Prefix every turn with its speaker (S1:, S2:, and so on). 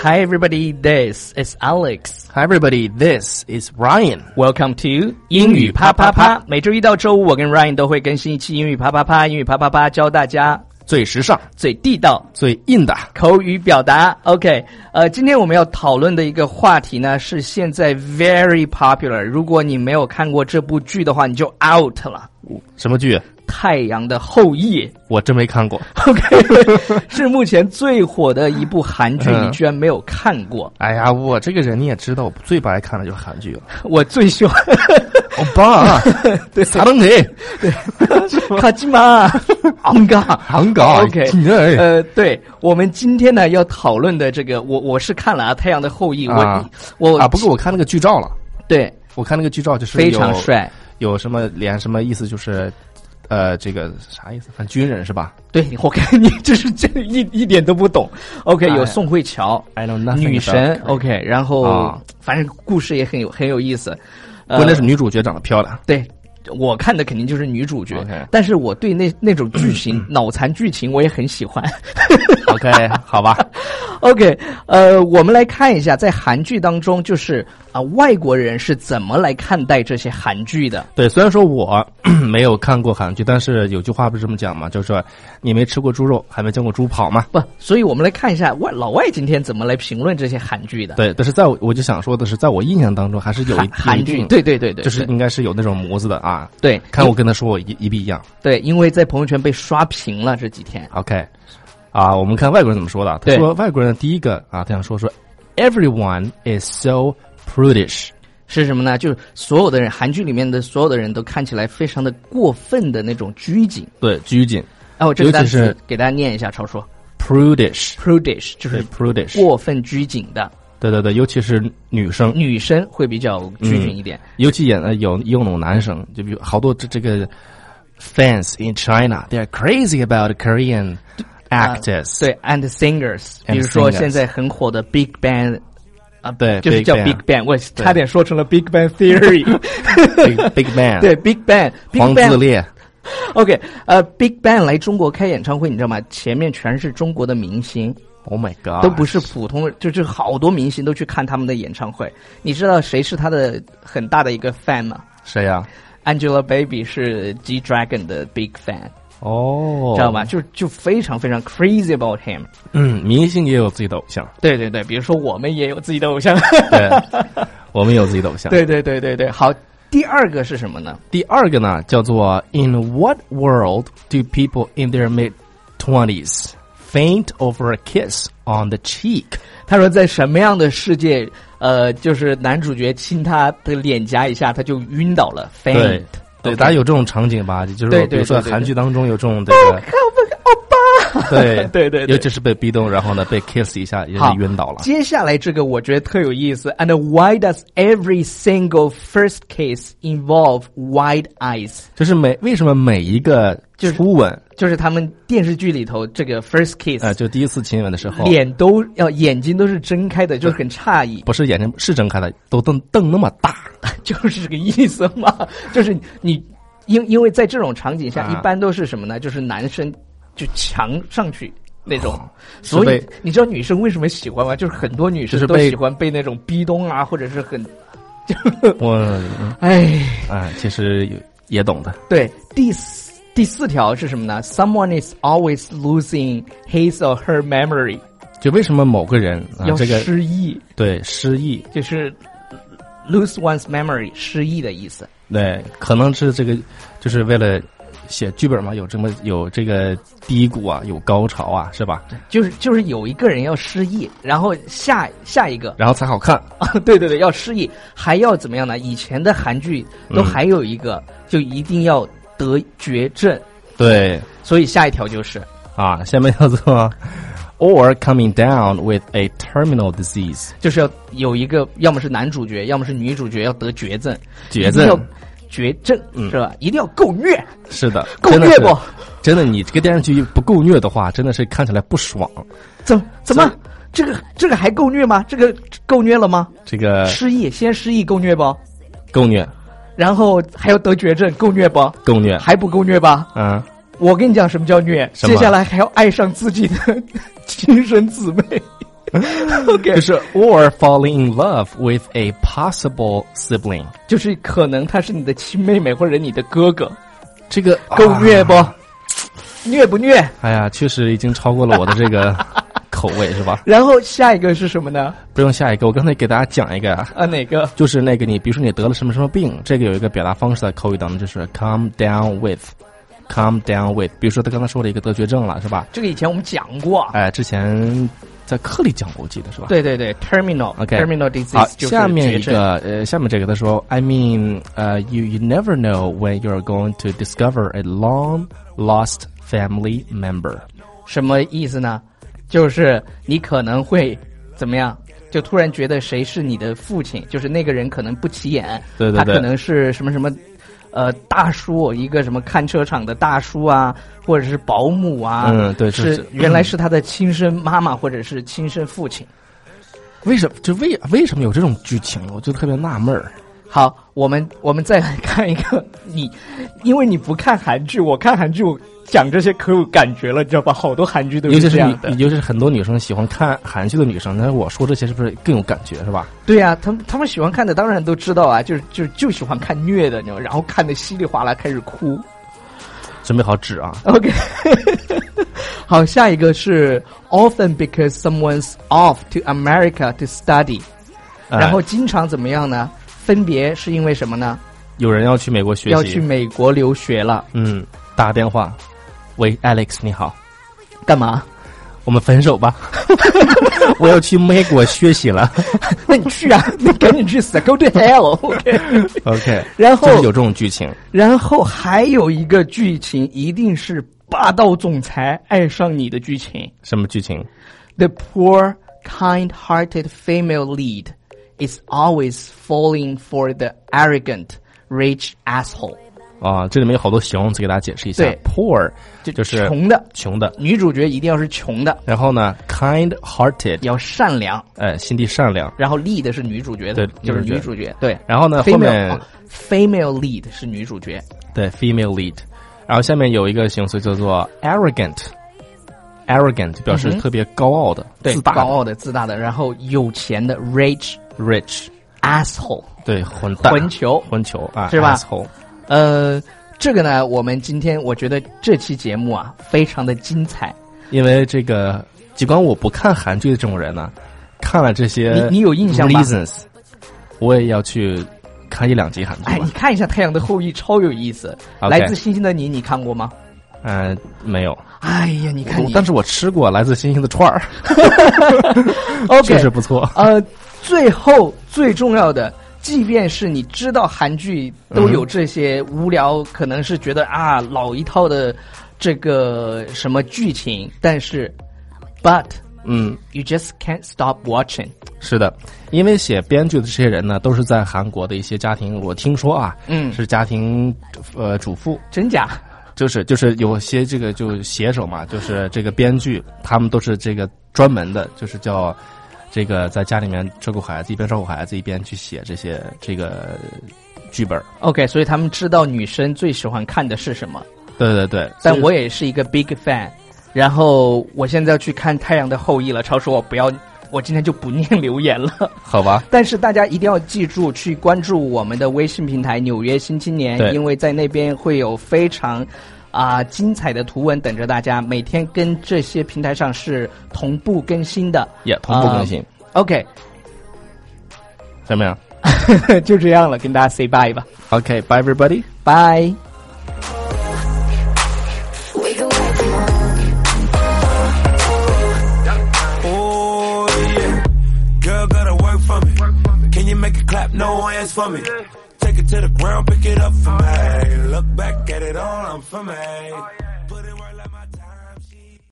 S1: Hi everybody, this is Alex.
S2: Hi everybody, this is Ryan.
S1: Welcome to 英语啪啪啪。每周一到周五，我跟 Ryan 都会更新一期英语啪啪啪。英语啪啪啪教大家
S2: 最时尚、
S1: 最地道
S2: 最硬的
S1: 口语表达。OK，呃，今天我们要讨论的一个话题呢，是现在 very popular。如果你没有看过这部剧的话，你就 out 了。
S2: 什么剧？啊
S1: 《太阳的后裔》
S2: 我真没看过。
S1: OK，是 目前最火的一部韩剧，你居然没有看过？
S2: 哎呀，我这个人你也知道，我最不爱看的就是韩剧了。
S1: 我最 喜欢，
S2: 欧 巴，
S1: 对，
S2: 啥都没，
S1: 卡基玛，昂嘎。
S2: 韩 港
S1: OK
S2: 你这
S1: 呃，对我们今天呢要讨论的这个，我我是看了啊，《太阳的后裔》
S2: 啊
S1: 我我
S2: 啊，不过我看那个剧照了，
S1: 对
S2: 我看那个剧照就是
S1: 非常
S2: 有，
S1: 帅，
S2: 有什么连什么意思就是。呃，这个啥意思？反正军人是吧
S1: 对我看你 这是这一一点都不懂。OK，
S2: 哎
S1: 有宋慧乔，
S2: ？I know nothing about-
S1: 女神，OK，然后、
S2: 啊
S1: 反正故事也很有很有意思，呃
S2: 关键是女主角长得漂亮。
S1: 对。我看的肯定就是女主角
S2: OK
S1: 但是我对那那种剧 情脑残剧情我也很喜欢。
S2: 呃 OK，好吧，
S1: OK，呃，我们来看一下在韩剧当中，就是啊、外国人是怎么来看待这些韩剧的。
S2: 对，虽然说我 没有看过韩剧，但是有句话不是这么讲嘛，就是说你没吃过猪肉，还没见过猪跑嘛。
S1: 不，所以我们来看一下外老外今天怎么来评论这些韩剧的。
S2: 对，但是在我我就想说的是，在我印象当中还是有
S1: 韩
S2: 一有
S1: 韩
S2: 一
S1: 剧，
S2: 定，
S1: 对对对对，
S2: 就是
S1: 对
S2: 应该是有那种模子的啊。
S1: 对，
S2: 看
S1: 因
S2: 我跟他说我一一不一样
S1: 对，因为在朋友圈被刷屏了这几天。
S2: ，OK，啊，我们看外国人怎么说的啊。他
S1: 对
S2: 说外国人的第一个啊，他想说说，everyone is so prudish，
S1: 是什么呢？就是所有的人，韩剧里面的所有的人都看起来非常的过分的那种拘谨。
S2: 对，拘谨
S1: 哎，我这个
S2: 尤其
S1: 单词
S2: 是
S1: 给大家念一下，超说
S2: ，prudish，
S1: ，prudish 就
S2: 对
S1: 是
S2: ，prudish，
S1: 过分拘谨的
S2: 对对对，尤其是女生，
S1: 女生会比较拘谨一点。
S2: 尤其演的呃有有那种男生，就比如好多这这个 fans in China they are crazy about Korean
S1: 啊
S2: actors，、
S1: 对，and singers，
S2: And
S1: 比如说
S2: singers
S1: 现在很火的 Big Bang。啊，
S2: 对
S1: 就是
S2: Big
S1: 叫
S2: Bang
S1: Big Bang，我差点说成了 Big Bang Theory。
S2: big big man，
S1: 对，Big Bang，Big
S2: 黄自
S1: Bang。
S2: 烈，
S1: OK，呃，Big Bang 来中国开演唱会，你知道吗？前面全是中国的明星，
S2: Oh my god！
S1: 都不是普通人，就是好多明星都去看他们的演唱会。你知道谁是他的很大的一个 fan 吗
S2: 谁啊呀、
S1: ？Angelababy 是 G Dragon 的 big fan，
S2: 哦，
S1: 知道？吗？就就非常非常 crazy about him。
S2: 嗯，明星也有自己的偶像，
S1: 对对对，比如说我们也有自己的偶像。
S2: 对，我们有自己的偶像。，
S1: 对对对对对，好。第二个是什么呢？
S2: 第二个呢，叫做 In what world do people in their mid twenties faint over a kiss on the cheek？
S1: 他说，在什么样的世界，呃，就是男主角亲她的脸颊一下，他就晕倒了，faint。
S2: 对，
S1: OK
S2: 大家有这种场景吧？就是
S1: 对
S2: 说比
S1: 对
S2: 如说
S1: 对对
S2: 韩
S1: 对
S2: 剧当中有这种这个，
S1: 看我们欧巴。
S2: 对
S1: 对对对
S2: 尤其是被逼动，然后呢被 kiss 一下，也是
S1: 好
S2: 晕倒了。
S1: 接下来这个我觉得特有意思。And why does every single first kiss involve wide eyes？
S2: 就是每为什么每一个
S1: 就是
S2: 初吻
S1: 就是他们电视剧里头这个 first kiss，、
S2: 啊，呃就第一次亲吻的时候，
S1: 脸都要眼睛都是睁开的，就是很诧异，
S2: 不是眼睛是睁开的，都瞪瞪那么 大。
S1: 就是这个意思嘛。就是你因因为在这种场景下，
S2: 啊
S1: 一般都是什么呢？就是男生就强上去。那种，
S2: 哦是
S1: 所以
S2: 被
S1: 你知道女生为什么喜欢吗？就是很多女
S2: 就
S1: 生
S2: 是
S1: 都
S2: 被
S1: 喜欢被那种逼咚啊，或者是很，
S2: 我嗯
S1: 哎，
S2: 哎，其实也也懂的。
S1: 对，第四第四条是什么呢？Someone is always losing his or her memory，、
S2: 就为什么某个人啊
S1: 要，
S2: 这个
S1: 失忆，
S2: 对失忆，
S1: 就是 lose one's memory，失忆的意思。
S2: 对，可能是这个，就是为了写剧本嘛，有这么有这个低谷啊，有高潮啊，是吧？
S1: 就是就是有一个人要失忆，然后下下一个，
S2: 然后才好看。
S1: 对对对，要失忆，还要怎么样呢？以前的韩剧都
S2: 嗯
S1: 还有一个，就一定要得绝症，
S2: 对，
S1: 所以下一条就是
S2: 啊，下面叫做 or coming down with a terminal disease
S1: 就是要有一个，要么是男主角，要么是女主角要得绝症，
S2: 绝
S1: 一定要
S2: 症，
S1: 绝症、是吧？一定要够虐，
S2: 是的，
S1: 够
S2: 真的
S1: 虐
S2: 是
S1: 不？
S2: 真的，你这个电视剧不够虐的话，真的是看起来不爽。
S1: 怎怎么这个这个还够虐吗？这个够虐了吗？
S2: 这个
S1: 失忆，先失忆够虐不？
S2: 够虐，
S1: 然后还要得绝症够虐不？
S2: 够虐，
S1: 还不够虐吧？
S2: 嗯，
S1: 我跟你讲什么叫虐，
S2: 什 么
S1: 接下来还要爱上自己的亲生姊妹， OK，
S2: 就是 or falling in love with a possible sibling。
S1: 就是可能他是你的亲妹妹或者你的哥哥，
S2: 这个
S1: 够虐不？
S2: 啊
S1: 虐不虐？
S2: 哎呀，确实已经超过了我的这个口味，是吧？
S1: 然后下一个是什么呢？
S2: 不用下一个，我刚才给大家讲一个啊，
S1: 啊，哪个？
S2: 就是那个你，比如说你得了什么什么病，这个有一个表达方式在口语当中，就是 come down with，come down with。比如说他刚才说了一个得绝症了，是吧？
S1: 这个以前我们讲过。啊
S2: 哎，之前在课里讲过，我记得是吧？。
S1: 对对对，terminal
S2: OK
S1: terminal
S2: 好
S1: disease，，就是
S2: 下面
S1: 绝
S2: 一
S1: 症
S2: 个呃，下面这个他说，I mean，呃、y o u you never know when you're going to discover a long lost family member。
S1: 什么意思呢？就是你可能会怎么样？就突然觉得谁是你的父亲，就是那个人可能不起眼，
S2: 对对
S1: 他
S2: 对
S1: 可能是什么什么，呃，大叔，一个什么看车场的大叔啊，或者是保姆啊，
S2: 嗯对这
S1: 是
S2: 是
S1: 原来是他的亲生妈妈或者是亲生父亲。
S2: 为什么？嗯就为为什么有这种剧情？我就特别纳闷儿。
S1: 好，我们我们再来看一个你，因为你不看韩剧，我看韩剧，我讲这些可有感觉了，你知道吧？好多韩剧都
S2: 尤其
S1: 这
S2: 是
S1: 样的
S2: 女，。尤其是很多女生喜欢看韩剧的女生，那我说这些是不是更有感觉是吧？
S1: 对呀、他们他们喜欢看的当然都知道啊，就是就是就喜欢看虐的，你知道，然后看的稀里哗啦开始哭。
S2: 准备好纸啊！
S1: OK，好，下一个是 often because someone's off to America to study，、
S2: 哎
S1: 然后经常怎么样呢？分别是因为什么呢？
S2: 有人要去美国学习，
S1: 要去美国留学了，
S2: 嗯，打电话，喂，Alex，你好，
S1: 干嘛？
S2: 我们分手吧， 我要去美国学习了。
S1: 那你去啊， 那赶紧去死，go to hell。OK，
S2: OK，
S1: 然后
S2: 就是有这种剧情，
S1: 然后还有一个剧情一定是霸道总裁爱上你的剧情。
S2: 什么剧情？
S1: The poor, kind-hearted female lead is always falling for the arrogant, rich asshole。
S2: 啊，这里面有好多形容词，给大家解释一下
S1: 对。
S2: Poor
S1: 就
S2: 就是
S1: 穷的
S2: 穷的，
S1: 女主角一定要是穷的，
S2: 然后呢，kind-hearted，
S1: 要善良，
S2: 哎，心地善良。
S1: 然后 lead 是女主角的，
S2: 对
S1: 就是
S2: 女主角
S1: 女主角。对，
S2: 然后呢，后
S1: female
S2: 面
S1: 哦 female lead 是女主角，
S2: 对 female lead，然后下面有一个形容词叫做 arrogant，arrogant 表示
S1: 嗯哼
S2: 特别高傲的、
S1: 对，
S2: 自大的
S1: 高傲的、自大的，然后有钱的 rich
S2: rich，
S1: asshole
S2: 对混蛋、
S1: 混球。
S2: 混球啊，
S1: 是吧
S2: asshole
S1: 呃，这个呢，我们今天我觉得这期节目啊，非常的精彩。
S2: 因为这个，尽管我不看韩剧的这种人呢，看了这些
S1: 你你有印象吧
S2: reasons，我也要去看一两集韩剧
S1: 哎，
S2: 吧
S1: 你。看一下《太阳的后裔》，超有意思。
S2: OK
S1: 来自星星的你》，你看过吗？
S2: 嗯、没有，
S1: 哎呀，你看
S2: 我
S1: 你
S2: 但是我吃过来自星星的串儿，
S1: ，OK，
S2: 确实不错。
S1: 呃，最后最重要的，即便是你知道韩剧
S2: 嗯
S1: 都有这些无聊，可能是觉得啊老一套的这个什么剧情，但是，but
S2: 嗯，
S1: you just can't stop watching。
S2: 是的，因为写编剧的这些人呢，都是在韩国的一些家庭，我听说啊，
S1: 嗯
S2: 是家庭呃主妇，
S1: 真假？
S2: 就是就是有些这个就写手嘛，就是这个编剧，他们都是这个专门的，就是叫这个在家里面照顾孩子，一边照顾孩子一边去写这些这个剧本儿。
S1: OK，所以他们知道女生最喜欢看的是什么，
S2: 对对对，
S1: 但我
S2: 也
S1: 也是一个 big fan。然后我现在要去看《太阳的后裔》了，超叔，我不要，我今天就不念留言了。
S2: 好吧，
S1: 但是大家一定要记住去关注我们的微信平台《纽约新青年》，
S2: 对
S1: 因为在那边会有非常啊、精彩的图文等着大家，每天跟这些平台上是同步更新的。啊
S2: 也同步更新，
S1: OK，
S2: 怎么样
S1: 就这样了，跟大家 say bye 吧
S2: ？OK，bye everybody。
S1: ，bye。
S3: We can wake 'em up.
S4: Oh yeah, girl gotta work for me. Can you make it clap? No hands for me. Take it to the ground, pick it up for me. Look back at it all, I'm for me. Put it right like my.